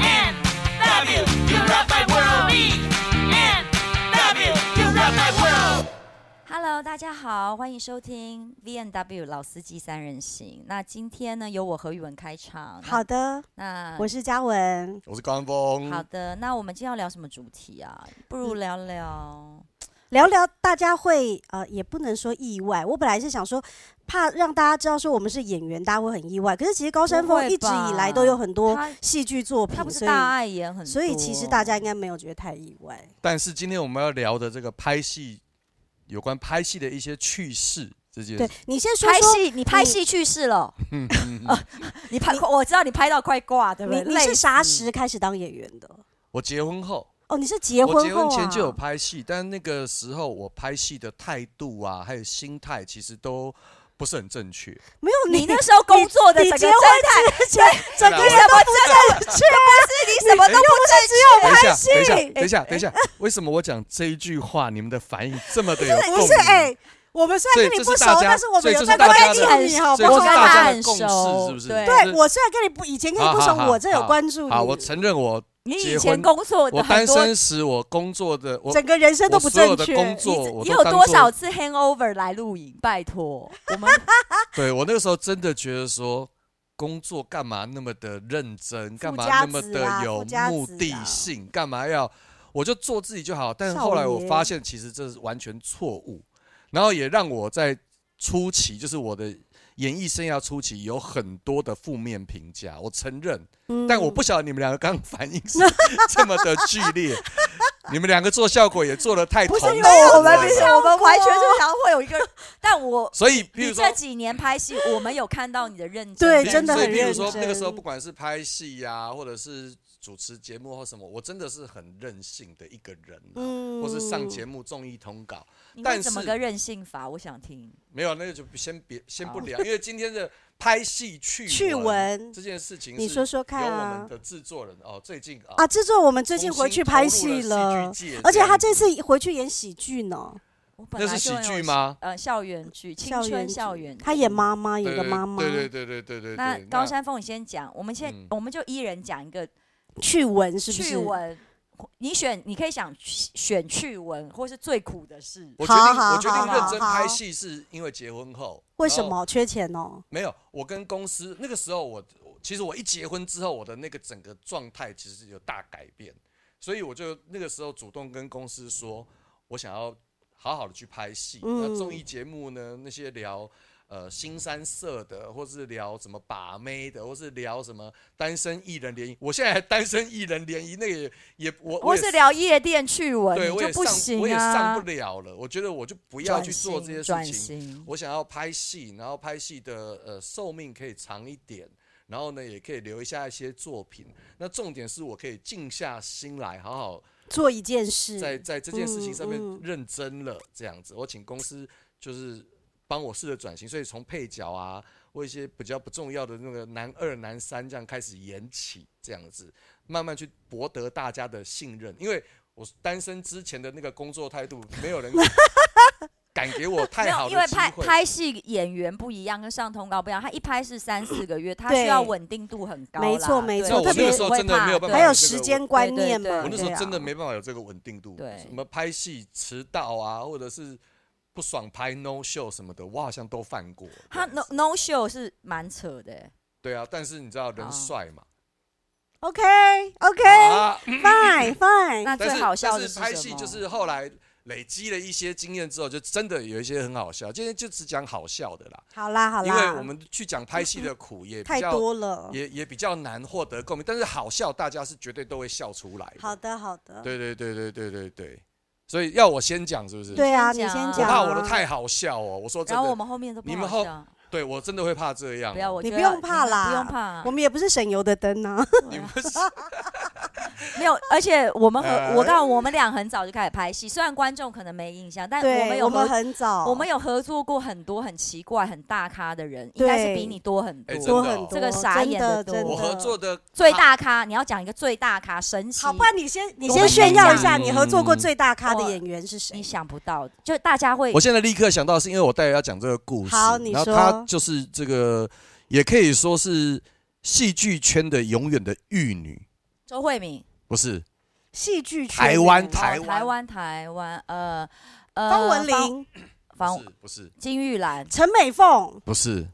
and W, you rock my world. B and W, you rock my world. Hello，大家好，欢迎收听 V N W 老司机三人行。那今天呢，由我和宇文开场。好，的，那我是嘉文。我是关峰。好的，那我们今天要聊什么主题啊？不如聊聊，聊聊大家会呃，也不能说意外。我本来是想说，怕让大家知道说我们是演员，大家会很意外。可是其实高山不会吧峰一直以来都有很多他戏剧作品他不，是所大以爱演很多，所以其实大家应该没有觉得太意外。但是今天我们要聊的这个拍戏，有关拍戏的一些趣事，这件对事你先说拍说戏，你拍戏去世了， 你拍，我知道你拍到快挂，对不你对？你累是啥死时开始当演员的？我结婚后，哦，你是结我婚结后婚啊？前就有拍戏，但那个时候我拍戏的态度啊，还有心态，其实都不是很正确。没有你那时候工作的你整个结状婚态，前整个对你啊什人都么真的不是你什么都不等正一确，下，等一下，戏等一下，等一下，为什么我讲这一句话，你们的反应这么的有不共是哎鸣？，我们虽然所以跟你这不是熟大，家但是我所们以有这在是大关家的注你，好不所以好这？是大我跟家的他共很熟识，是不是？对对，我虽然跟你不以前跟你不熟，好好好我真的有关注你。好，我承认我你以结前婚工作的我很单多，身时我工作的我整个人生都不我所有正的确。工作你我你都有当多作少次 hangover 来露营？拜托，我 们对我那个时候真的觉得说，工作干嘛那么的认真，干嘛家那么子的啊有富家目子的啊性，干嘛要我就做自己就好。但是少后来我爷发现，其实这是完全错误，然后也让我在初期，就是我的演艺生涯初期有很多的负面评价，我承认。嗯但我不晓得你们两个刚反应 是这么的剧烈，你们两个做效果也做的太同是因为时了我们不是我们完全是想会有一个， 但我所以， 比你如说这几年拍戏，我们有看到你的认真，对比真的所以很比如认说那个时候，真不管是拍戏呀、或者是主持节目或什么，我真的是很任性的一个人、啊，嗯或是上节目综艺通稿，你但会怎么是个任性法？我想听。没有那个就先别先不好聊，因为今天的拍戏趣趣闻这件事情，你说说看由我们啊的制作人哦，最近啊啊！制作我们最重新近回去拍戏投入了了，戏剧界，而且这样他这子次回去演喜剧呢，我本那来是喜就有剧？吗？呃，校园剧，青校园春剧校园剧，他演妈妈，演对个妈妈，对对对对对对对。那高山峰，你先讲，我们先、嗯我们就一人讲一个趣闻是不是？趣闻，你选你可以想选趣闻，或是最苦的事。我决好定，好我决定好认真好拍戏，是因为结婚后。为什然后么缺钱哦？没有，我跟公司那个时候我，我其实我一结婚之后，我的那个整个状态其实有大改变，所以我就那个时候主动跟公司说，我想要好好的去拍戏。嗯那综艺节目呢，那些聊呃新三色的，或是聊什么把妹的，或是聊什么单身艺人联谊，我现在还单身艺人联谊，那个也也我或我是也。聊夜店趣闻，对，你我就也不上、行我也啊上不！了了。我觉得我就不要去做这些事转情，型，我想要拍戏，然后拍戏的呃寿命可以长一点，然后呢也可以留下一些作品。那重点是我可以静下心来，好好做一嗯件在事，在这件事情上面嗯嗯认真了，这样子。我请公司就是帮我试着转型，所以从配角啊，或一些比较不重要的那个男二、男三这样开始演起，这样子慢慢去博得大家的信任。因为我单身之前的那个工作态度，没有人敢给我没太好有，的因为机拍会拍戏演员不一样，跟上通告不一样，他一拍是三四个月，他需对要稳定度很高啦。没错没对错我特别也那时候会真的怕没有办法还对有这个时我间观对念嗯对嘛。我那时对候啊真的没办法有这个稳定度，对什么拍戏迟到啊，或者是不爽拍 no show 什么的，我好像都犯过。他这样 no 子 no show 是蛮扯的嗯欸，对啊，但是你知道人哦帅嘛？ OK OK 啊， fine fine，那但最是好笑但的是拍戏什么就是后来累积了一些经验之后，就真的有一些很好笑。今天就只讲好笑的啦，好啦好啦，因为我们去讲拍戏的苦也比太较多了。也也比较难获得共鸣，但是好笑大家是绝对都会笑出来的。好的好的，对对对对对对对，所以要我先讲是不是？对啊，你先先讲啊讲啊。我怕我的太好笑哦。我说真然后我的，们后面都不你们好后笑。对我真的会怕这样哦。不要，我你觉得不用怕们不啦用怕。我们也不是省油的灯啊。你不是没有，而且我们和呃我告诉我们俩很早就开始拍戏，虽然观众可能没印象，但我们对，有我合们很早，我们有合作过很多很奇怪、很大咖的人，应该是比你多很哎真多。多的很哦多，这个傻眼真的的多真的。我合作的最大咖，你要讲一个最大咖，神奇好，，不然你先你我先们炫先耀一讲下你合作过嗯最大咖的我演员是你谁？想不到的，就大家会我现在立刻想到，是因为我待会要讲这个故事。好你然后说她就是这个，也可以说是戏剧圈的永远的玉女，周慧敏，不是戏剧圈台的湾人台哦湾台湾，台湾，呃呃，方文、琳、方不是不是金玉兰，陈美凤，不是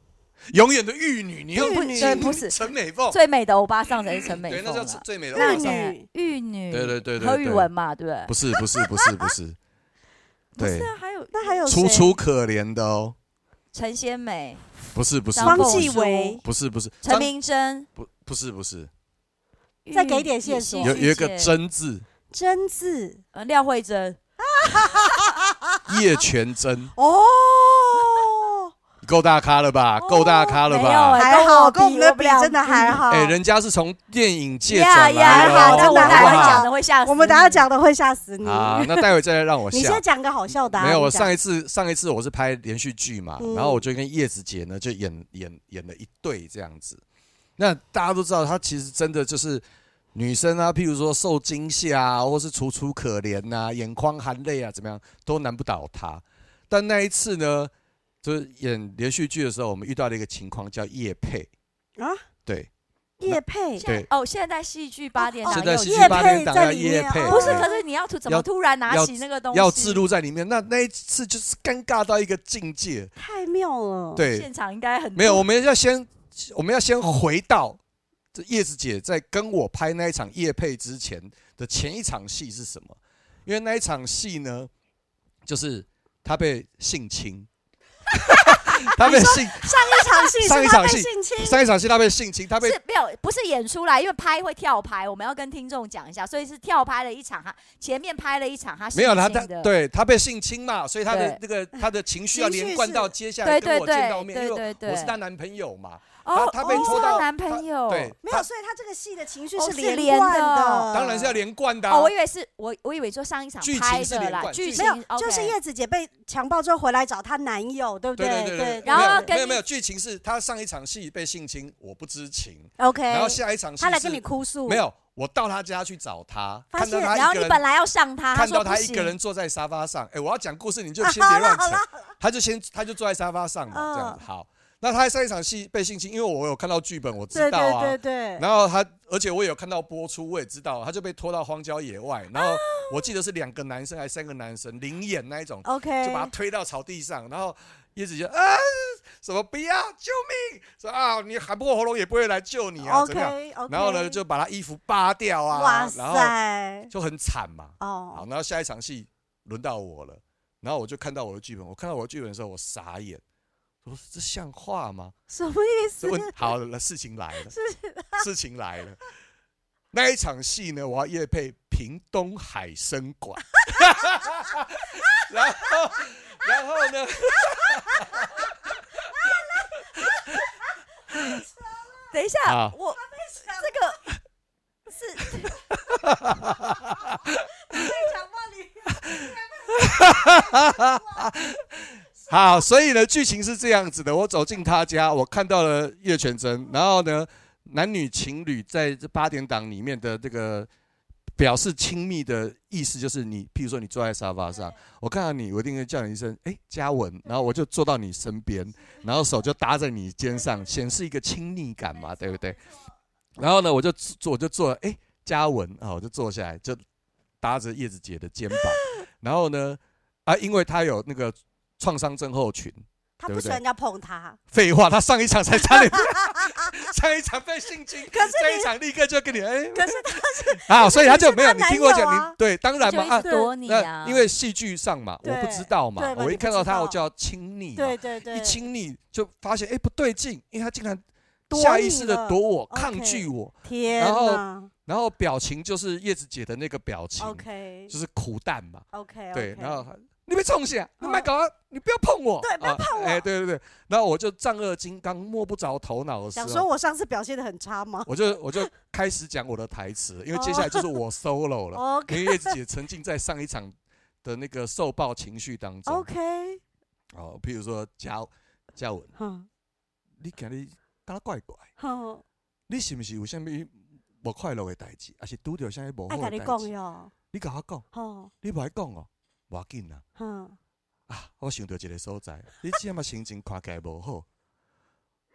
永远的玉女，你又玉不女行不是陈美凤，最美的欧巴上才是陈美对，那凤啊叫啦最美的那欧巴你桑。对玉女，对对对对何宇对文嘛，对不对？不是不是不是 不是，不对是，啊，还有那还有楚谁？楚可怜的哦，陈仙美、不是不是张方凤继书伟不是不是陈张明真，不不是不是再玉给点线也索戏有剧有一个界真字真字呃廖慧珍，叶全真，哦，够大咖了吧？够大咖了没有吧？哎 还跟我好跟我比们的我不比了真的比还好。哎，人家是从电影界呀转来呀的哦好呀，哦，那真我的好待不会好讲好？的会吓死我们等下讲的会吓死你。啊，那待会再来让 我你笑先。讲个好笑的啊。没有，你我讲上一次上一次我是拍连续剧嘛，嗯然后我就跟叶子姐呢就演演演了一对这样子。那大家都知道，她其实真的就是女生啊，譬如说受惊吓啊，或是楚楚可怜呐、眼眶含泪啊，怎么样都难不倒她。但那一次呢，就是演连续剧的时候，我们遇到了一个情况叫叶配啊，对叶佩现在对哦，现代戏剧八点哦档现在有戏演剧八叶点配档在要里叶面配，哦不是，对可是你要突怎么要突然拿要起那个东西？要置入在里面。那那一次就是尴尬到一个境界，太妙了。，对，现场应该很没有，我们要先，我们要先回到这叶子姐在跟我拍那一场夜配之前的前一场戏是什么？因为那一场戏呢，就是她被 性侵，她被性上一场戏上一是他场被戏性侵，上一场戏她被性侵，她被是没有，不是演出来，因为拍会跳拍，我们要跟听众讲一下，所以是跳拍了一场哈，前面拍了一场哈，没有她他她对她被性侵嘛，所以她的对那个她的情绪要情绪连贯是到接下来对跟对我见到对面，因为对对对，我是她男朋友嘛，哦，她她被哦拖是她到男她朋友对，没她有，所以他这个戏的情绪哦是连连贯的当然是要连贯的嗯啊，哦，我以为是我我以为说上一场剧情拍是的连啦，贯剧剧情没有，就是 OK 叶子姐被强暴之后回来找她男友，对不对对对对，然后没有跟没有你没有剧情是他上一场戏被性侵，我不知情， OK，然后下一场戏哎她来是跟你哭诉，没有，我到他家去找他，发看到现他然后一你个人本来要上他，看说到不他一行个人坐在沙发上，哎，我要讲故事你 就啊先别乱好扯了，他就先他就坐在沙发上嘛，这样嗯子好。那他上一场戏被性侵，因为我有看到剧本，我知对道啊，对对对，然后他，而且我有看到播出，我也知道，他就被拖到荒郊野外。然后我记得是两个男生还是三个男生灵眼那一种 OK 就把他推到草地上，然后叶子就啊什么不要救命，说啊你喊破喉咙也不会来救你啊怎么样？ OK OK，然后呢就把他衣服扒掉哇啊，然后塞，就很惨嘛。好，哦，然后下一场戏轮到我了，然后我就看到我的剧本，我看到我的剧本的时候我傻眼，我说这像话吗？什么意思 这？问好了，事情来了，事情来了。那一场戏呢，我要夜配屏东海参馆， 然后，然后呢？等一下啊，我这个。是 好，所以呢，剧情是这样子的：我走进他家，我看到了叶全真，然后呢，男女情侣在这八点档里面的这个表示亲密的意思，就是你，譬如说你坐在沙发上，我看到你，我一定会叫你一声“哎、嘉文”，然后我就坐到你身边，然后手就搭在你肩上，显示一个亲昵感嘛，对不对？然后呢，我就坐，我就坐了，哎、嘉文啊，我就坐下来，就搭着叶子姐的肩膀，然后呢，啊，因为她有那个创伤症候群。他对不不喜对欢人家碰他，废话，他上一场才差点， 上一场被性侵，可是这一场立刻就跟你哎，可是他是啊，所以他就没有可你是他听我讲，男友啊你对，当然就嘛一啊直，躲你啊，因为戏剧上嘛，我对不知道嘛对，嘛我一你不看到知他道我就要亲昵嘛，对对对，一亲昵就发现哎不对劲，因为他竟然躲下意你识的了躲我、 OK 抗拒我，天然后呐然后表情就是叶子姐的那个表情 o k 就是苦蛋嘛。 OK，嗯对，然后他你被冲下，你麦搞啊，你不要碰我，对不要啊碰我哎，对对对，然后我就丈二金刚摸不着头脑的时想说候，我上次表现的很差吗我就我就开始讲我的台词，因为接下来就是哦我 solo 了， ？OK 因为叶子姐沉浸在上一场的那个受暴情绪当中。 OK，哦，譬如说嘉嘉文，哼你今日敢怪怪，哼，你是不是有啥物无快乐的代志，还是拄着啥物无爱跟啊好的你代讲志？哟，你甲我讲，吼，你不爱讲哦，无要紧啦。哼，啊，我想到一个所在，你即嘛心情看起来无好，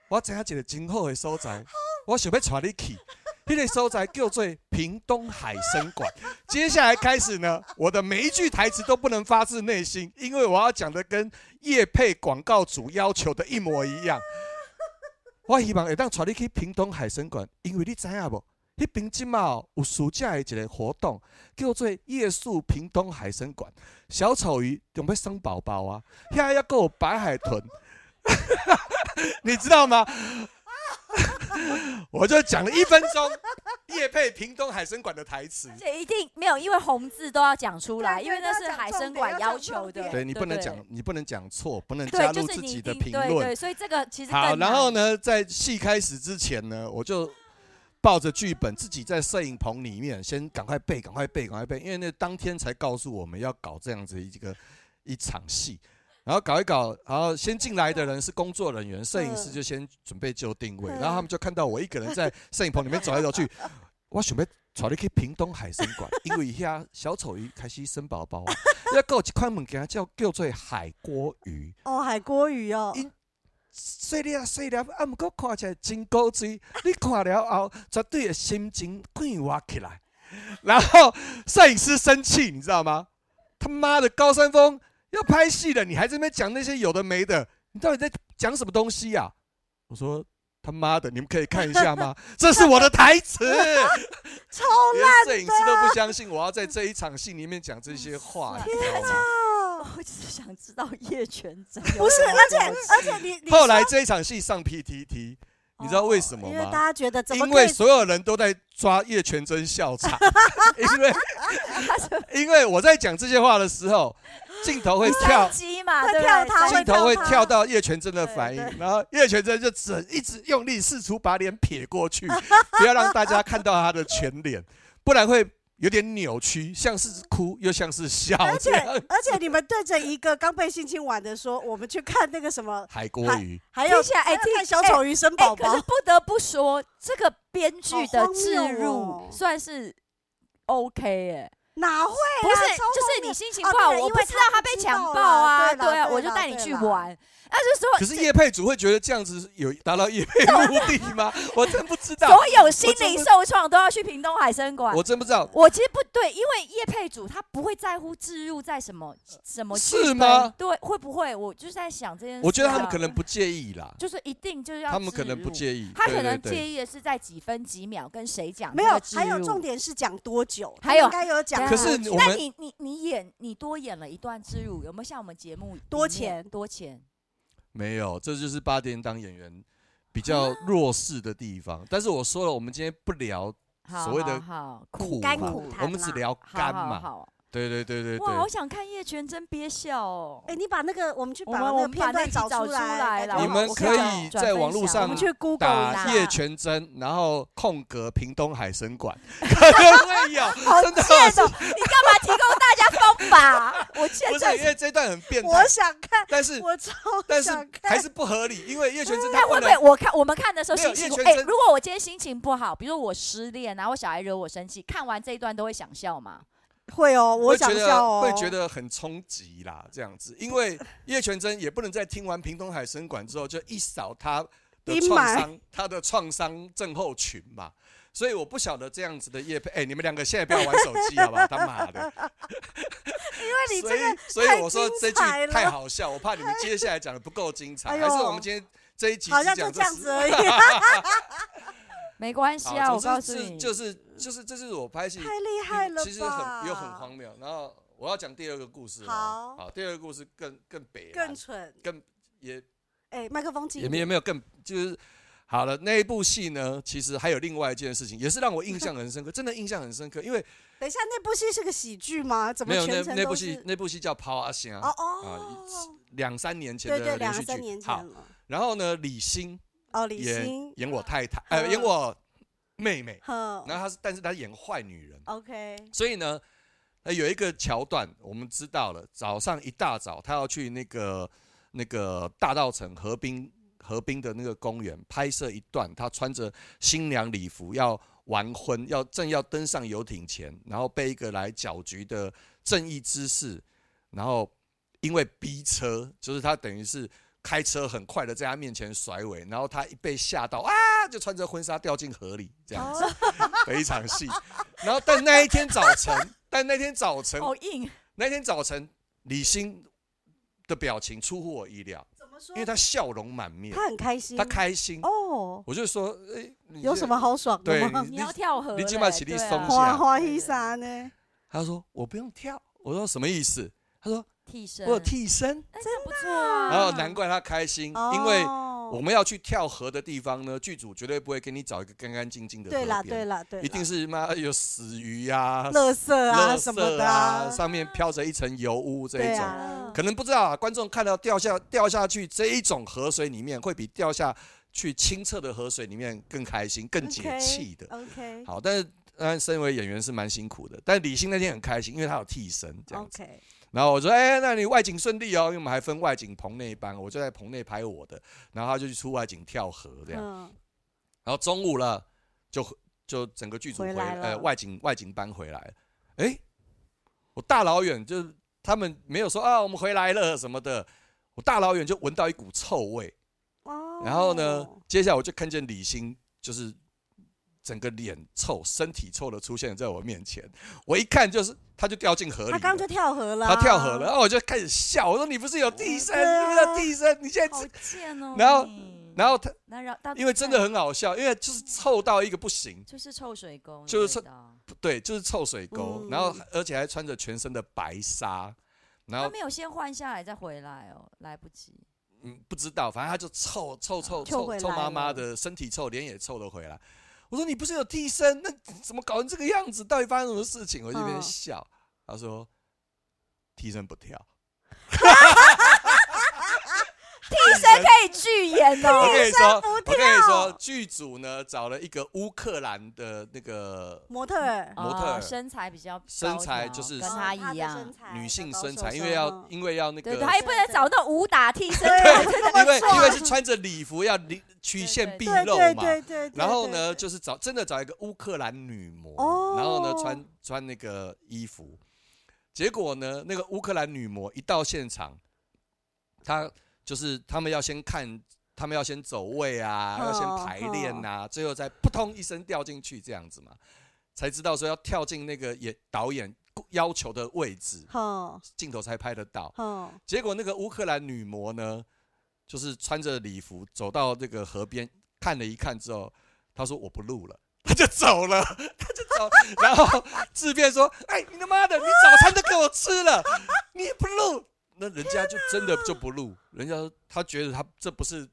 我知影一个真好的所在，我想要带你去。迄个所在叫做屏东海参馆。接下来开始呢，我的每一句台词都不能发自内心，因为我要讲的跟叶配广告主要求的一模一样。我希望会当带你去屏东海参馆，因为你知影无？迄边即嘛有暑假的一个活动，叫做夜宿屏东海参馆。小丑鱼准备生宝宝啊，现在要给我白海豚， 你知道吗？ 我就讲了一分钟叶配屏东海参馆的台词而，且一定没有，因为红字都要讲出来，对因为那是海参馆要求的。对你不能对讲，你不能讲错，不能加对，入就是自你己一的定评对论对，。所以这个其实好，更然后难呢，在戏开始之前呢，我就抱着剧本，自己在摄影棚里面先赶快背，赶快背，赶快背，因为那当天才告诉我们要搞这样子一个一场戏，然后搞一搞，然后先进来的人是工作人员，摄影师就先准备就定位，嗯然后他们就看到我一个人在摄影棚里面走来走去，我准备。带你去屏东海参馆，因为遐小丑鱼开始生宝宝啊， 要有一款物件叫叫做海锅鱼。哦，海锅鱼哦，因细粒细粒，啊，毋过看起来真古锥。你看了后，绝对会心情快活起来。然后摄影师生气，你知道吗？他妈的高山峰要拍戏了，你还在那边讲那些有的没的，你到底在讲什么东西呀、我说他妈的，你们可以看一下 吗？这是我的台词，超啊连摄影师都不相信我要在这一场戏里面讲这些话，你知道吗？烂 啊！我只是想知道叶全真不是，而且而且你你后来这一场戏上 PTT，你知道为什么哦因为吗大？家觉得怎么因可为以所有人都在抓叶全真笑 场，因为因为我在讲这些话的时候，镜头会 跳三，级嘛， 会对不跳对他三镜头会会跳跳到叶全真的对反应对，然后叶全真就只一直用力试图把脸撇过 去，不要让大家看到他的全脸，不然会有点扭曲，像是哭又像是笑而且这样。而且你们对着一个刚被性侵完的说，我们去看那个什么，海锅鱼，还有听起来哎还有看听小丑鱼生宝哎可宝是，不得不说，这个编剧好的荒置谬哦入算是 OK 哎、哪会啊？不是，超就是荒你谬心情哦不好，对我因不为知道他他不被知强道暴啦啊，对啦对啊，对我就啦带你对去啦玩。那就说，可是叶配主会觉得这样子有达到叶配目的吗？我真不 知道，所有心真灵不受创都要去屏东海参啊馆我。真不知道，我其实不对，因为叶佩主他不会在乎置入在什么什么剧呃是本吗对，会不会？我就是在想这件事啊、我觉得他们可能不介意啦。就是一定就是要他们可能置不入介意，他对可能对对介意的是在几分几秒跟谁讲，没有，还有重。点是讲多久，还有应该有讲对啊多可久，是我那们你你你演你多演了一段置入，有没有像我们节目里多面钱多钱？没有，这就是八点档演员比较弱势的地啊方。但是我说了，我们今天不聊好所谓的好好苦甘嘛苦谈啦我们只聊干好好嘛。好对对对对哇，好对。想看叶全真憋笑哦！哎，你把那个我们去我把们那我个们片把那段集找找出出来来，啦好你不们好可以在网络转我上们去 Google 一打下，叶全真，然后空格屏东海 参馆，可能会有，真的啊是贱哦你干嘛提供大家方法？我欠 不这是因为这段很变态我，想看，但是我超但是想看，还是不合理，因为叶全真那他哎会不不能会我看我们看的时候没有心情叶全哎、真如果我今天心情不好，比如我失恋，然后我小孩惹我生气，看完这一段都会想笑吗？会哦，我会想觉得笑哦，会觉得很冲击啦，这样子，因为叶全真也不能在听完屏东海参馆之后就一扫他的阴霾创伤，他的创伤症候群嘛。所以我不晓得这样子的叶配，哎、你们两个现在不要玩手机好不好？他妈 的！那你所这以个所以太我说精这句彩了太好笑，我怕你们接下来讲的不够精彩，哎还呦是我们今天这一集好只像就讲这样子十 而已，没关系啊，好我总告之诉是你，就是就是这就是我拍戏太厉害了吧！嗯其实很又很荒谬。然后我要讲第二个故事哦。好第二个故事更更北啊，更蠢。更也哎，麦克风近一也点，没有没有更就是好了，那一部戏呢，其实还有另外一件事情，也是让我印象很 深刻，真的印象很深刻，因为等一下，那部戏是个喜剧吗？怎么没有那全程那都部是戏，那部戏叫《抛阿星》哦啊，哦，两三年前对的对，连两续三剧年。前好，了。然后呢，李欣哦，李演欣嗯演我太太，呃，演我妹妹，呵然后她是，但是她演坏女人， ，OK，所以呢，呃，有一个桥段我们知道了，早上一大早他要去那个那个大稻城河滨河滨的那个公园拍摄一段，他穿着新娘礼服要完婚，要正要登上游艇前，然后被一个来搅局的正义之士，然后因为逼车，就是他等于是。开车很快的在他面前甩尾，然后他一被吓到啊，就穿着婚纱掉进河里，这样哦子、非常细。然后但那一天早 晨，但那天早晨，哦好硬，那天早晨李欣的表情出乎我意料，怎么说因为她笑容满面，嗯他很开心，她开心。哦，我就说，哎，你有这什么好爽的对吗？你你要跳河嘞，你起码起立对啊松下花花一啥呢？他说我不用跳，我说什么意思？他说替身，我有替身，哎，真不错啊，然后难怪她开心，哦因为我为们要去跳河的地方呢，剧组绝对不会给你找一个干干净净的对啦河对边，啦对啦，一定是妈有死鱼呀、垃圾啊垃什么圾的啊，啊，上面飘着一层油污这对一种。啊，可能不知道啊，观众看到掉下掉下去这一种河水里面，会比掉下去清澈的河水里面更开心、更解气的。 OK 好，但是当然，身为演员是蛮辛苦的。但李欣那天很开心，因为他有替身这样子。 OK，然后我说：“哎、那你外景顺利哦，因为我们还分外景棚内班，我就在棚内拍我的，然后他就去出外景跳河这样。嗯，然后中午了，就就整个剧组回来了呃外景外景班回来了。哎，我大老远就是他们没有说啊我们回来了什么的，我大老远就闻到一股臭味。哦然后呢，接下来我就看见李欣就是整个脸臭、身体臭的出现在我面前。我一看就是，他就掉进河里他了，刚就跳河了啊，他跳河了，然后我就开始笑，我说你不是有替身，对啊你不是有替身，你现在好是。贱哦。然后你然后他那让大因为啊真的很好笑，因为就是臭到一个不行。就是臭水沟的味道，就是臭对，就是臭水沟，嗯啊然后而且还穿着全身的白纱，然他后没有先换下来再回来哦，来不及。嗯不知道，反正他就臭臭臭就臭回臭来妈妈了的，身体臭，脸也臭了回来。我说你不是有替身，那怎么搞成这个样子？到底发生什么事情？我就一边嗯笑，他说替身不跳，替身可以拒演我 哦，跟你说，不我跟你说跳，剧组呢找了一个乌克兰的那个模特儿模特儿哦身材比较高身材挑就是跟哦他的一样身，材女比较性高身瘦材，因身为要嗯 因为要那对，个他也不能找那种武打替身，因为因为错是穿着礼服要离曲线毕对露对嘛，对对，对然后对呢，对就是找真的找一个乌克兰女模，哦然后呢穿穿那个衣服，结果呢，那个乌克兰女模一到现场，她就是他们要先看，他们要先走位啊，哦要先排练呐、最后再扑通一声掉进去这样子嘛，才知道说要跳进那个演导演要求的位置，哼镜头才拍得到。哼，结果那个乌克兰女模呢，就是穿着礼服走到这个河边看了一看之后，她说我不录了。她就走了， 她就走，然后志变说：“哎，你他妈的，你早餐都给我吃了，你也不录，那人家就真的就不录，人家说他觉得他这不是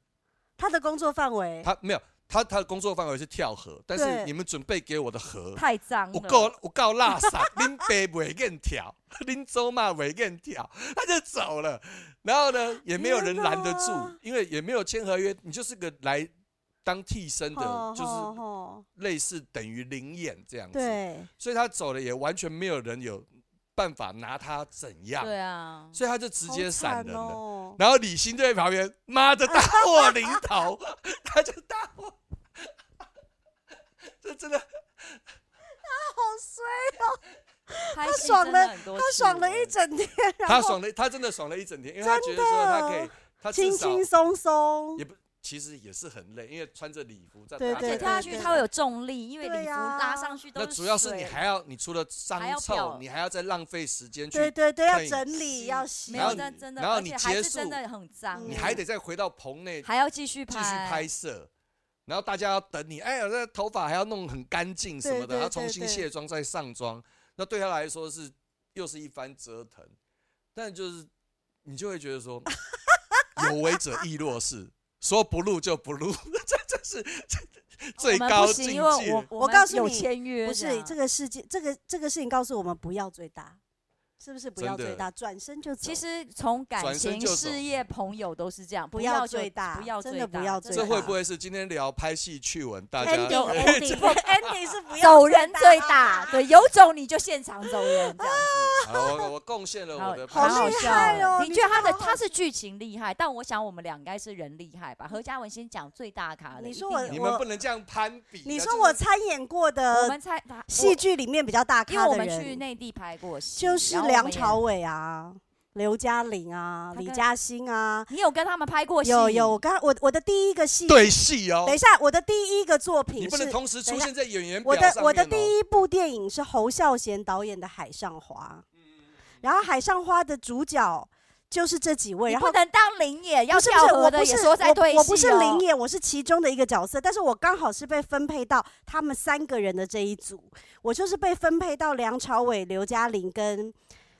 他的工作范围，他没有他他的工作范围是跳河，但是对你们准备给我的河太脏有了。够有够垃圾， 恁爸袂瘾跳， 恁祖妈袂瘾跳， 他就走了。然后呢，也没有人拦得住天哪，因为也没有签合约，你就是个来当替身的，吼吼就是吼类似等于灵演这样子。对，所以他走了，也完全没有人有办法拿他怎样，对啊，所以他就直接好闪惨人了。哦。然后李欣就在旁边，妈的大祸临头，他就大祸，这真的。好衰，他爽了他爽了一整天，然他后爽了，他真的爽了一整天，因为他觉得说他可以，他至轻少轻松松也，不其实也是很累，因为穿着礼服在对大而且跳下太阳去底对下他会有重力，因为对礼服啊拉上去都那是主要是你水还要你除了还伤要臭，表你还要再浪费时间去对，对对，要看整理，要洗，没然有后但你真的，然后而你且还结是真束的很脏，你嗯还得再回到棚内继还要继续续拍，拍摄。然后大家要等你，哎呀，那头发还要弄很干净什么对的，对还要重对新对卸妆再上妆，那对他来说是又是一番折腾。 但就是你就会觉得说，有为者亦若是，说不录就不录， 这这是这最我们高不境行界。因为我我告诉们有你签约，不是这个。个世界，这个这个事情告诉我们不要最大，是不是不真要的最大，转身就走。其实从感转身情、就走事业、朋友都是这样，不不要要就最大不要真最的大，不要最这大会不会是今天聊拍戏趣闻？大 家 ending 哎 ending 不 ending 是不要走人最大大，，对，有种你就现场走人，这样子，好，我我贡献了我的好拍蛮戏好好厉笑害哦的。你的确，真的他的好他是剧情厉害，但我想我们俩应该是人厉害吧。何嘉文先讲最大咖的，嗯你一说定我有你们不能这样攀比啊。你就说是我参演过我的们猜他戏，剧里面比较大我因为咖我的们去人，内地拍过戏，就是然后我们梁也朝，伟啊、刘嘉玲啊、他李跟嘉欣啊，你有跟他们拍过戏？有有，我，刚我我的第一个戏，对戏哦等，一下，我的第一个作你品不能是同时出现在演员表我的上我的面哦第一部电影是侯孝贤导演的《海上花》，嗯然后《海上花》的主角就是这几位，你然后不。能当灵演，要不是跳不是，我河不的是也说在对戏我，我不是哦灵演，我是其中的一个角色，但是我刚好是被分配到他们三个人的这一组，我就是被分配到梁朝伟、刘嘉玲跟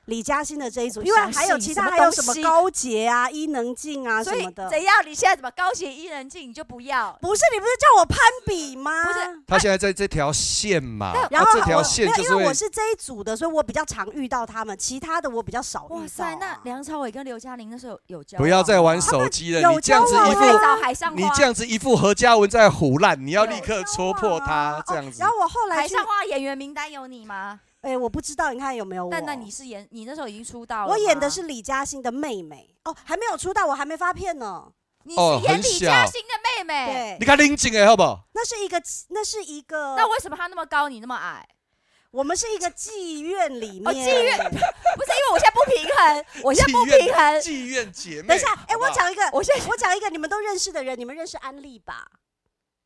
李嘉欣的这一我组，不因为相还信有其什他么还有东什么西高洁啊、伊能静啊什所以么的，怎样？你现在怎么高血伊人静你就不要？不是你不是叫我攀比吗？不是他现在在这条线嘛，然后啊这条我线没有就是因为会我是这一组的，所以我比较常遇到他们，其他的我比较少遇到啊、哇塞，那梁朝伟跟刘嘉玲那时候有交往吗不要再玩手机他了，们你这样子有一太交往啊副早海上花，你这样子一副何嘉文在胡乱，你要立刻有交戳破往啊他这样子然。后我后来海去，上花演员名单有你吗？哎、我不知道，你看有没有我？但那你是演你那时候已经出道了吗，我演的是李嘉欣的妹妹哦，还没有出道，我还没发片呢。你哦是演很李小嘉欣的妹妹，对你，看林景哎，好不好？那是一个，那是一个，那为什么她那么高，你那么矮？ 我们是一个妓院里面。哦妓院不是因为我现在不平 衡，我现在不平衡，妓院姐呃妹。等一下，哎、好不好我讲一个，我现在我讲一个你们都认识的人，你们认识安利吧？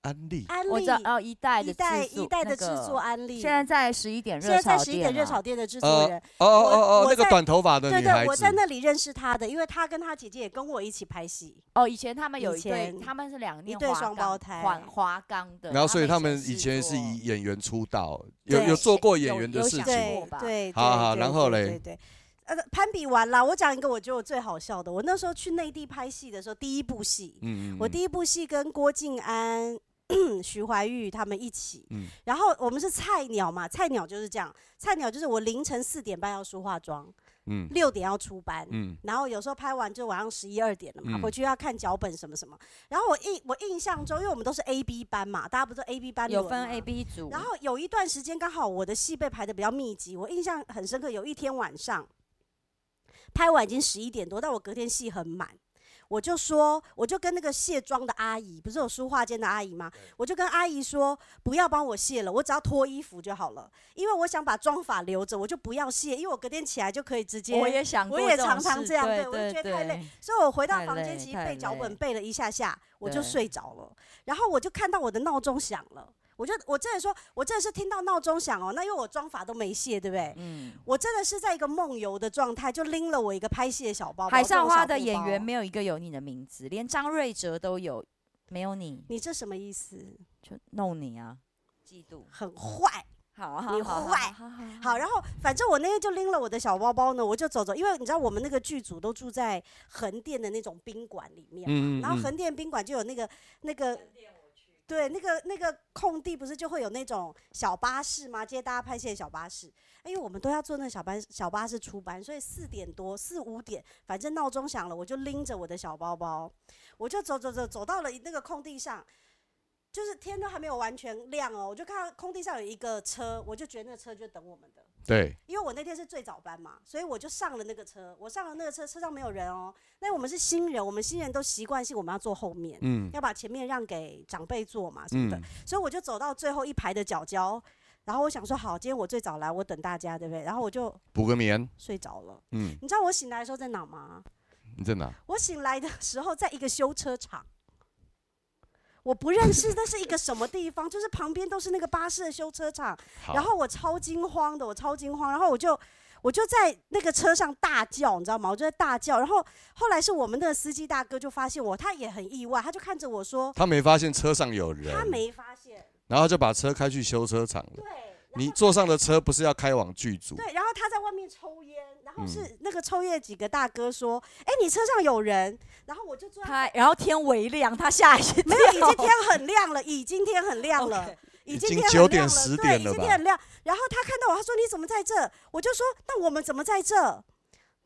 安利，安我利知，道哦，一代一的代制作一代的那制个作安利，现在在十一点现热在炒在十一点热店啊炒店的制作人，哦哦我哦，我那个在短头发的对女孩对，子，我在那里认识他的，因为他跟他姐姐也跟我一起拍戏，哦，以前他们有一对以前，他们是两一念对华双冈胞胎华华冈的，然后所以他们以以前制是作以演员出道，有对有做过演员的有事想情。过对吧对，好对好对然后对嘞对对，呃，攀比完了，我讲一个我觉得我最好笑的，我那时候去内地拍戏的时候，第一部戏，嗯，嗯我嗯第一部戏跟郭晋安。 徐怀钰他们一起，嗯然后我们是菜鸟嘛，菜鸟就是这样，菜鸟就是我凌晨四点半要梳化妆，嗯六点要出班，嗯，然后有时候拍完就晚上十一二点了嘛，嗯回去要看脚本什么什么。然后我印我印象中，因为我们都是 A B 班嘛，大家不是 A B 班有轮分吗 A、B 组，然后有一段时间刚好我的戏被排的比较密集，我印象很深刻。有一天晚上拍完已经十一点多，但我隔天戏很满。我就说，我就跟那个卸妆的阿姨，不是有梳化间的阿姨吗？我就跟阿姨说，不要帮我卸了，我只要脱衣服就好了，因为我想把妆发留着，我就不要卸，因为我隔天起来就可以直接。我也想过我也种常常事这样对对我就觉得太累对所以我回到太房累间，其实太背脚本累背了一下下，我就对睡着了。然后我就看到我的闹钟响了，我就我真的说，我真的是听到闹钟响哦，那因为我妆法都没卸，对不对？嗯，我真的是在一个梦游的状态，就拎了我一个拍戏的小包包。海上这种花小的布演包员，没有一个有你的名字，连张瑞哲都有，没有你你这什么意思？就弄你啊，嫉妒。很坏。好，好你好坏好好好，然后反正我那天就拎了我的小包包呢，我就走走，因为你知道我们那个剧组都住在横店的那种宾馆里面，嗯嗯然后嗯横店宾馆就有那个那个。对，那个那个空地不是就会有那种小巴士吗？接大家拍戏的小巴士，哎因为我们都要坐那小巴小巴士出班，所以四点多四五点，反正闹钟响了，我就拎着我的小包包，我就走走走走到了那个空地上，就是天都还没有完全亮哦，我就看到空地上有一个车，我就觉得那个车就等我们的，对，因为我那天是最早班嘛，所以我就上了那个车。我上了那个车，车上没有人哦。那我们是新人，我们新人都习惯性我们要坐后面，嗯要把前面让给长辈坐嘛什么的。嗯，所以我就走到最后一排的角角，然后我想说，好，今天我最早来，我等大家，对不对？然后我就补个眠，睡着了。嗯，你知道我醒来的时候在哪吗？你在哪？我醒来的时候在一个修车厂。我不认识那是一个什么地方，就是旁边都是那个巴士的修车厂，好然后我超惊慌的，我超惊慌，然后我就我就在那个车上大叫，你知道吗？我就在大叫，然后后来是我们的司机大哥就发现我，他也很意外，他就看着我说，他没发现车上有人，他没发现，然后就把车开去修车厂了。对，你坐上的车不是要开往剧组，对，然后他在外面抽烟，然后嗯是那个抽烟几个大哥说：“哎、你车上有人。”然后我就坐在，他然后天微亮，他吓一跳。 没有，已经天很亮了，已经天很亮了。已经已经天很9点亮了10对点已了经吧天很亮。然后他看到我，他说：“你怎么在这？”我就说：“那我们怎么在这？”然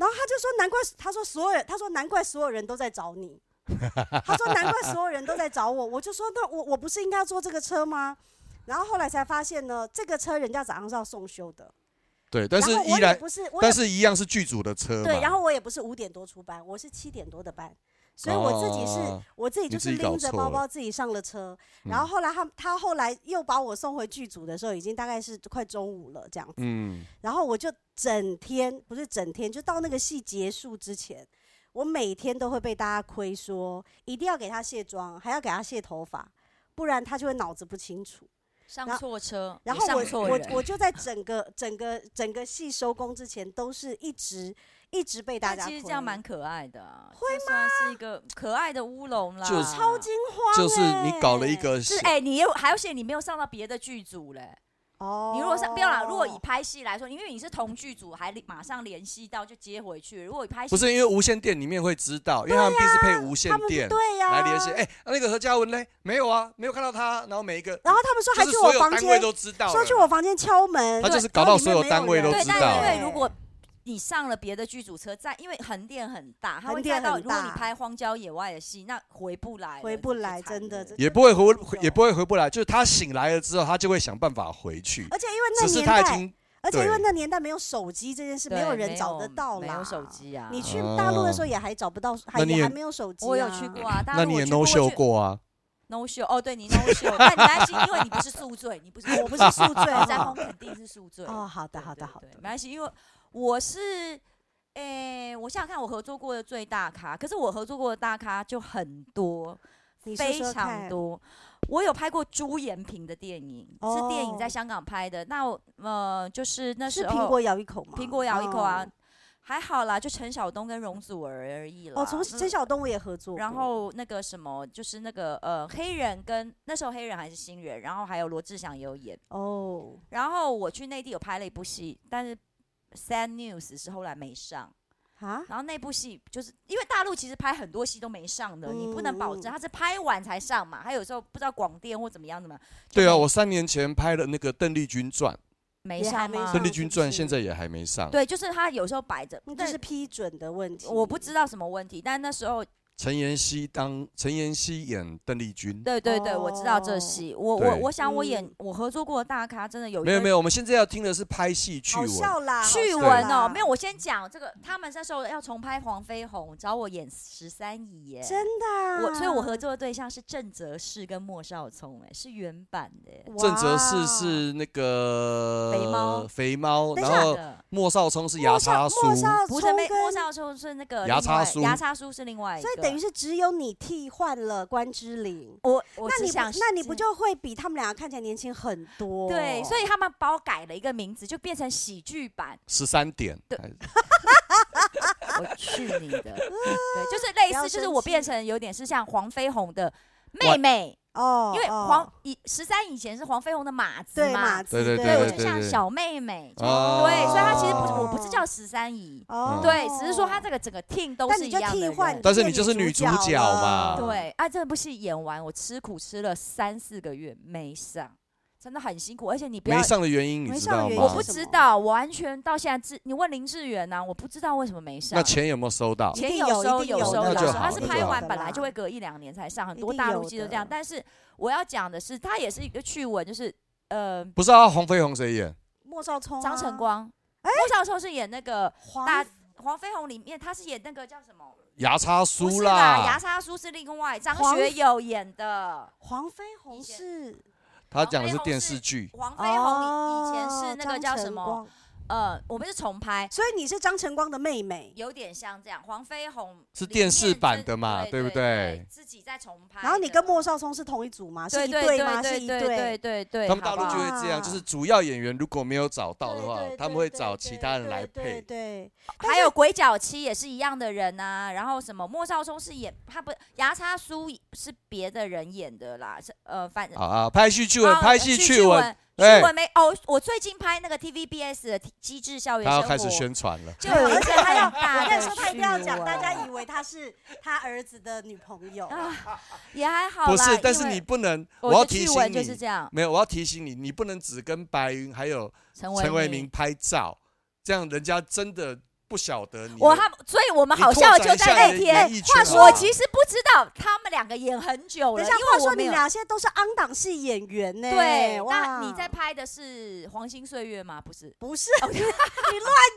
后他就说：“难怪，他说所有人，他说难怪所有人都在找你。”他说：“难怪所有人都在找我。”我就说：“那我我不是应该要坐这个车吗？”然后后来才发现呢，这个车人家早上是要送修的，对，但是然后依我也然，不是，我也但是一样是剧组的车嘛，对，然后我也不是五点多出班，我是七点多的班，所以我自己是、哦我自己你就自是己搞拎着错包了嗯包自己上了车，然后后来他他后来又把我送回剧组的时候，已经大概是快中午了这样子，嗯，然后我就整天不是整天，就到那个戏结束之前。我每天都会被大家亏说，一定要给他卸妆，还要给他卸头发，不然他就会脑子不清楚。上错车，然也后上我错我人我就在整个整个整个戏收工之前，都是一直一直被大但家其实亏这样蛮可爱的、啊，会吗？是一个可爱的乌龙啦，就是超惊慌欸、就是你搞了一个是哎、你又还要写你没有上到别的剧组嘞。哦，你如果是不要啦，如果以拍戏来说，因为你是同剧组，还马上联系到就接回去。如果以拍戏，不是因为无线电里面会知道，因为他们必须配无线他们电对呀、来联系。哎、啊那个何嘉文嘞，没有啊，没有看到他，然后每一个然后他们说还就是去所我有房单位间，都知道了，说去我房间敲门，他就是然搞后到里所面有没单位人都对，知道但因为如果你上了别的剧组车站，因为横店很大，它会横店盖到。很如果你大拍荒郊野外的戏，那回不来了，回不这就来惨真的了真也不会回，也不会回不来。就是他醒来了之后，他就会想办法回去。而且因为哦那只是年他已代，经而且因对为那年代没有手机这件事，对没有人找得到没啦。有手，机啊。你去大陆的时候也还找不到，还那你也也还没有手机、我有去过。啊，大那陆你我也去 no 过 show 我去过啊？ no show 哦，对你 no show，但你担心，因为你不是宿啊醉，你不是我不是宿醉 张哈峰肯定是宿醉。哦，好的，对好的，对好对的没。关系，因为我是，诶、我想想看，我合作过的最大咖，可是我合作过的大咖就很多，你说非说常看多。我有拍过朱延平的电影，是电影在哦香港拍的。那我呃，就是那是时苹候果咬一口吗？苹果咬一口啊，哦。还好啦，就陈晓东跟容祖儿而已啦。哦，从那陈晓东我也合作过，啊然后那个什么，就是那个呃黑人跟那时候黑人还是新人，然后还有罗志祥也有演。哦，然后我去内地有拍了一部戏，但是 Sad News 是后来没上。啊，然后那部戏就是因为大陆其实拍很多戏都没上的，你不能保嗯嗯证它是拍完才上嘛。还有时候不知道广电或怎么样怎么样，就对啊，没我三年前拍了那个《邓丽君传没也还上没吗上？》， 《邓丽君传啊是》不是现在也还没上。对，就是他有时候摆着，那就但是批准的问题。我不知道什么问题，但那时候陈妍希当陈妍希演邓丽君，对对对，我知道这哦戏，我我对我想我演嗯我合作过的大咖，真的有一没有个没有，我们现在要听的是拍戏趣好闻。笑啦，好趣笑闻啦哦，没有，我先讲这个，他们那时候要重拍黄飞鸿，找我演十三姨耶，真的啊、我所以我合作的对象是郑则仕跟莫少聪，哎，是原版的耶，哇郑则仕是那个肥猫肥猫，等一然下后的莫少聪是牙少叉莫叔，少不是聪没跟莫少聪是那个牙另叉外叔。牙叉叔是另外一个，所以等于是只有你替换了关之琳，我我那只你不想那你不知就会比他们两个看起来年轻很多？哦对，所以他们把我改了一个名字，就变成喜剧版十三点。对还是我去你的！ 对，就是类啊不要似，就是生我气变成有点是像黄飞鸿的妹哇妹，哦，因为哦黄以十三以前是黄飞鸿的马子对嘛马，子对对对我对就像小妹妹，就哦对，所以她其实不是，我不是叫十三姨，哦，对，只是说她这个整个 team 都但是你一就样替的换，人。嗯但是变你就是女主角了嘛对，啊，这部戏演完，我吃苦吃了三四个月没上，真的很辛苦，而且你不要没。上的原因没你知上的道原吗？我因是不什知么道，我完全到现在自你问林志远呐、啊我不知道为什么没上那。钱有没有收到？一钱定有有一收定有有收那有就收，好他是那就拍好完的本来啦就会隔一两年才上，很一多定大有陆剧都的这样。但是我要讲的是，它也是一个趣闻，就是呃，不知道黄飞鸿谁演？莫少聪啊、张晨光，莫少聪是演那个哎黄大黄飞鸿里面，他是演那个叫什么？牙叉不叔是啦，牙啦，叉叔是另外张黄学友演的。黄飞鸿以前是他讲的是电视剧。黄飞鸿以以前哦是那个叫什？张晨么？光呃，我们是重拍，所以你是张晨光的妹妹，有点像这样。黄飞鸿是里电视面版真的嘛对对不对？对自己在重拍的。然后你跟莫少聪是同一组吗？是对一对对吗？对对是一对对对对，他们大好陆不就好会这样，就是主要演员如果没有找到的话对，对他们会对找对其他人来对对配。对，还有鬼脚七也是一样的人呐、然后什么莫少聪是演他不牙叉叔是别的人演的啦，是呃反正啊啊！拍戏趣闻，哦拍戏趣趣闻，，徐哎文梅哦，我最近拍那个 TVBS 的《机智校园他生要活开始》，宣传了。就有一而个且很他要，大 我跟的你说，他一定要讲，大徐家文以为他是他儿子的女朋友。啊，也还好啦。不是，但是因为你不能，我我要的提趣醒闻你，就是这样，没有，我要提醒你，你不能只跟白云还有陈陈伟伟明。拍照，这样人家真的不晓得你的。我他们，所以我们你好拓笑展就一下在那你的哦天演艺。话圈说，好我不好其实不知道他们两个演很久了，等因一下，为话我说没你有们。俩现在都是昂档系演员呢。对，那哇你在拍的是《黄金岁月》吗？不是，不是哦你 乱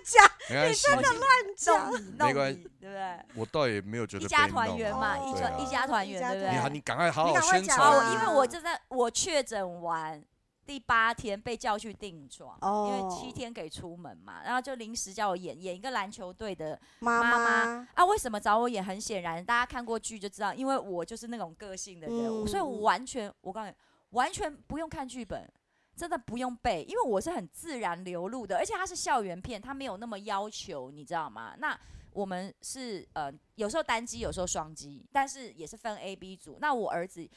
讲没关系，讲弄你没弄关你，对不对？我倒也没有觉得一家被团弄圆啊嘛，哦一对家啊一家团圆，一家对不你好，对？你赶快好你好赶快宣讲传啊哦，啊。因为我就在我确诊完第八天被叫去定妆，因为哦七天给出门嘛，然后就临时叫我演演一个篮球队的妈妈妈。啊。为什么找我演？很显然，大家看过剧就知道，因为我就是那种个性的人，嗯所以我完全我告诉你，完全不用看剧本。真的不用背，因为我是很自然流露的，而且它是校园片，它没有那么要求，你知道吗？那我们是呃，有时候单机，有时候双机，但是也是分 A、B 组。那我儿子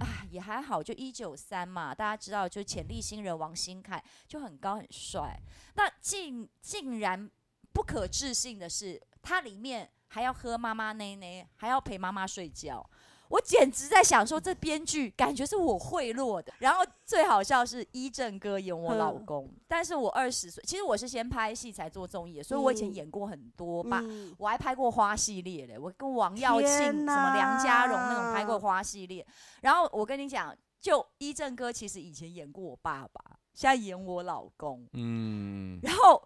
啊也还好，就一九三嘛，大家知道，就潜力新人王新凯就很高很帅。那竟竟然不可置信的是，它里面还要喝妈妈奶奶，还要陪妈妈睡觉。我简直在想说，这编剧感觉是我贿赂的。然后最好笑是一正哥演我老嗯公，但是我二十岁，其实我是先拍戏才做综艺的，所以我以前嗯演过很多吧，嗯我还拍过花系列嘞，我跟王耀庆、什天么梁家荣那种哪拍过花系列。然后我跟你讲，就一正哥其实以前演过我爸爸，现在演我老公。嗯，然后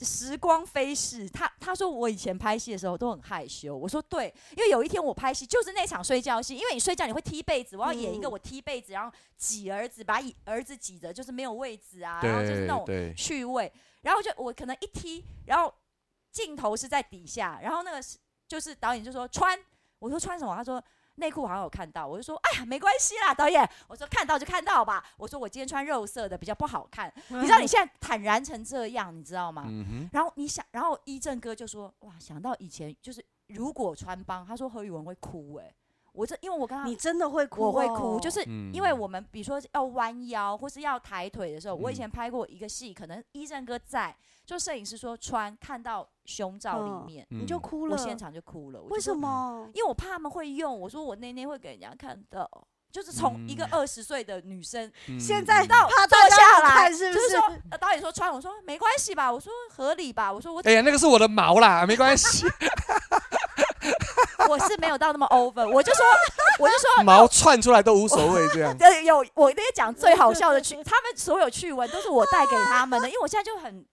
时光飞逝，他他说我以前拍戏的时候都很害羞，我说对，因为有一天我拍戏就是那场睡觉戏，因为你睡觉你会踢被子，我要演一个嗯我踢被子，然后挤儿子，把椅儿子挤着，就是没有位置啊，然后就是对那种对，趣味。然后就我可能一踢，然后镜头是在底下，然后那个是就是导演就说穿，我说穿什么？他说内裤好像有看到，我就说哎呀没关系啦，导演，我说看到就看到吧，我说我今天穿肉色的比较不好看，嗯你知道你现在坦然成这样，你知道吗？嗯哼，然后你想，然后一正哥就说哇，想到以前就是如果穿帮，他说何宇文会哭哎、我这因为我刚刚你真的会哭哦，我会哭，就是嗯因为我们比如说要弯腰或是要抬腿的时候，我以嗯前拍过一个戏，可能一正哥在，就摄影师说穿看到胸罩里嗯面，嗯你就哭我了。现场就哭了。我就为什说？么？因为我怕他们会用，我说我那天会给人家看到，就是从一个嗯二十岁的女生嗯现在嗯到怕坐大家下不来，看是不就是是说呃导演说穿，我说没关系吧，我说合理吧，我说我 哎呀，那个是我的毛啦，没 关系，我是没有到那么 over，我就说我就说毛窜出来都无所谓这样。呃，有我那些讲最好笑的 趣，他们所有趣闻都是我带给他们的，因为我现在就很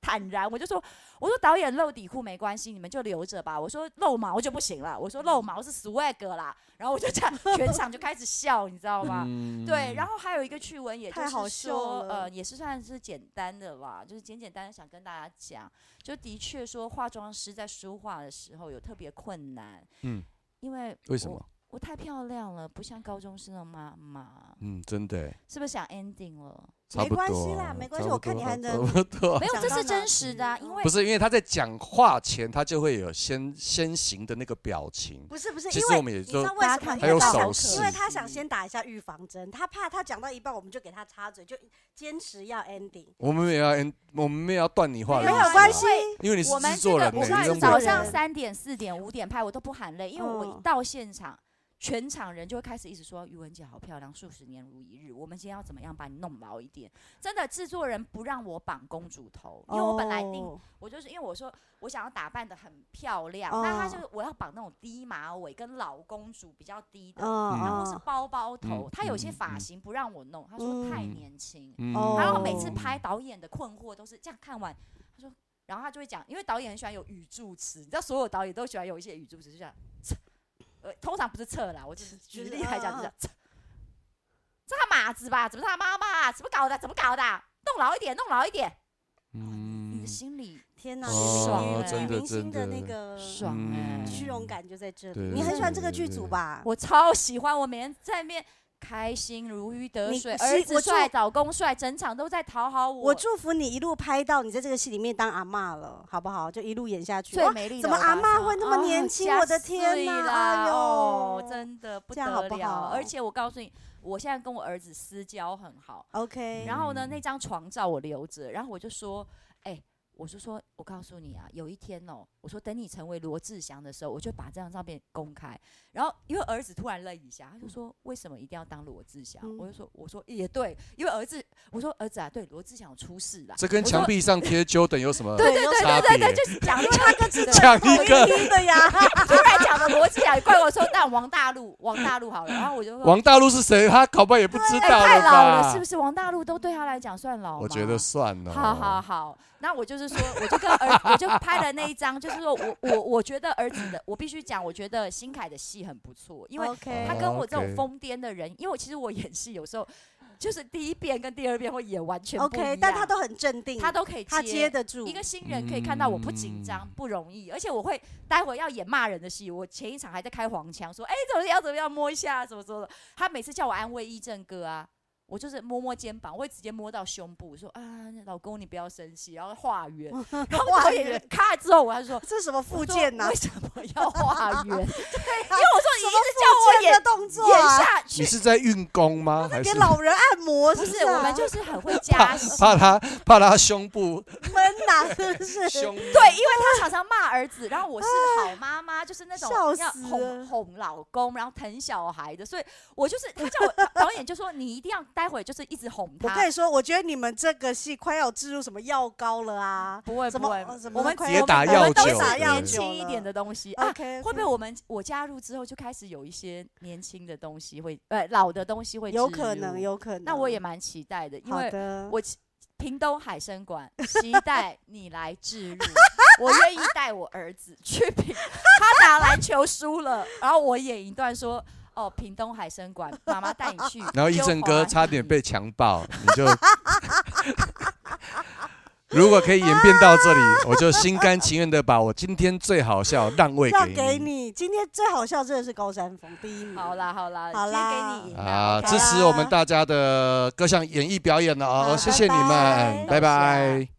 坦然，我就说，我说导演露底裤没关系，你们就留着吧。我说露毛就不行了，我说露毛是 swag 啦。然后我就这样，全场就开始笑，你知道吗？嗯对，然后还有一个趣闻，也就太好是笑说，了呃，也是算是简单的啦，就是简简单单想跟大家讲，就的确说化妆师在梳化的时候有特别困难，嗯，因为为 什我么？我太漂亮了，不像高中生的妈妈，嗯，真的欸，是不是想 ending 了？差没不关系多啦啊没关系差不我看多你还能差不多没有，哦想这到是哪真实的、啊，去因哦为不是因为他在讲话前，他就会有先先行的那个表情。不是不是，其因实我为们也你知道就为大家什看起么？因来都为他好想可惜因为他想先打一下预防针，他怕他讲到一半我们就给他插嘴，就坚持要 ending。我们也要 end，我们也要断你话的没意思啊，有关系，因为你是我们制这作个人我欸，是你们制真作早人的上三点、四点、五点拍我都不喊累，因为我一嗯到现场，全场人就会开始一直说于文姐好漂亮，数十年如一日。我们今天要怎么样把你弄老一点？真的，制作人不让我绑公主头，因为我本来定哦我就是因为我说我想要打扮的很漂亮，哦那他就我要绑那种低马尾跟老公主比较低的，嗯然后是嗯包包头，嗯他有些嗯发嗯型不让我弄，他说太嗯年轻。嗯哦然后每次拍导演的困惑都是这样看完，他说，然后他就会讲，因为导演很喜欢有语助词，你知道所有导演都喜欢有一些语助词，就讲， 呃，通常不是撤啦，我只是举例来讲，就嗯讲，这这他马子吧？怎么是他妈妈啊？怎么搞的？怎么搞的啊？弄牢一点，弄牢一点。嗯你的心里天哪，爽女哦女真的明星的真的那个爽哎、嗯虚荣感就在这里。对你很喜欢这个剧组吧？我超喜欢，我每天在面开心如鱼得你水，你儿是子我就帅，老公帅，整场都在讨好我。我祝福你一路拍到你在这个戏里面当阿嬷了，好不好？就一路演下去。最哇，美丽的怎么欧巴阿嬷桑会那么哦年轻吓我的死天哪啦哎呦哦，真的不这得样好不了好而且我告诉你，我现在跟我儿子私交很好，哦 OK，然后呢，嗯那张床照我留着，然后我就说，哎、我就说，我告诉你啊，有一天哦，我说等你成为罗志祥的时候，我就把这张照片公开。然后因为儿子突然愣一下，他就说，为什么一定要当罗志祥？嗯我就说，我说也对，因为儿子，我说儿子啊，对，罗志祥有出事啦。这跟我说墙，壁上贴 Jordan 有什么？对对有对差对对别对，就是 讲另外一个讲好一个听 的呀，突然讲的罗志祥，怪我说那王大陆，王大陆好了，然后我就说。王大陆是谁？他搞不好也不知哎道太老了，吧是不？是？王大陆都对他来讲算老吗？我觉得算了。好好好，那我就是说，我就跟儿， 我就拍了那一张，就是说我我我觉得儿子的，我必须讲，我觉得新凯的戏很不错，因为 OK，他跟我这种 OK 疯癫的人，因为我其实我演戏有时候就是第一遍跟第二遍会演完全不一 OK，样，但他都很镇定，他都可以他接接。得住一。个新人可以看到我不紧张、嗯不容易，而且我会待会要演骂人的戏，我前一场还在开黄腔，说哎、怎么要怎么样摸一下啊怎么怎么的，他每次叫我安慰义正哥啊，我就是摸摸肩膀，我会直接摸到胸部，说啊老公你不要生气，然后化缘，然后化导演缘啊人咔之后我还说。这是什么附我说件呐、为什么要 化缘？因为我说你一啊直叫我什么附件演的动作演啊？下你去，是在运功吗？还给是老人按摩不是是啊我们就是很会 怕加戏，怕他怕他胸 部 闷呐、是不是？胸对对，因为他常常骂儿子，然后我是好妈妈，就是那种笑要死了哄哄老公，然后疼小孩的，所以我就是他叫我导演就说你一定要待会就是一直哄我他跟，你说，我觉得你们这个戏快要有植入什么药膏了啊！不会怎不么会呃怎，么我们快我要们打我啊药们都酒是打药年酒轻一点了的东西啊。 OK，会不会我们我加入之后就开始有一些年轻的东西会呃老的东西会嗯有植可入能？有可能。那我也蛮期待的，因好为的，我期屏东海参 馆期待你来置 入，我愿意带我儿子去屏，他打篮球输了，然后我演一段说。哦，屏东海参馆，妈妈带你去。 然后医生哥差点被强暴，你就如果可以演变到这里，我就心甘情愿的把我今天最好笑让位让给给。你。今天最好笑真的是高山峰第一名。好啦好啦，好啦今天给你赢啊，啦，支持我们大家的各项演艺表演了好哦，谢谢你拜拜们，多拜谢啊拜。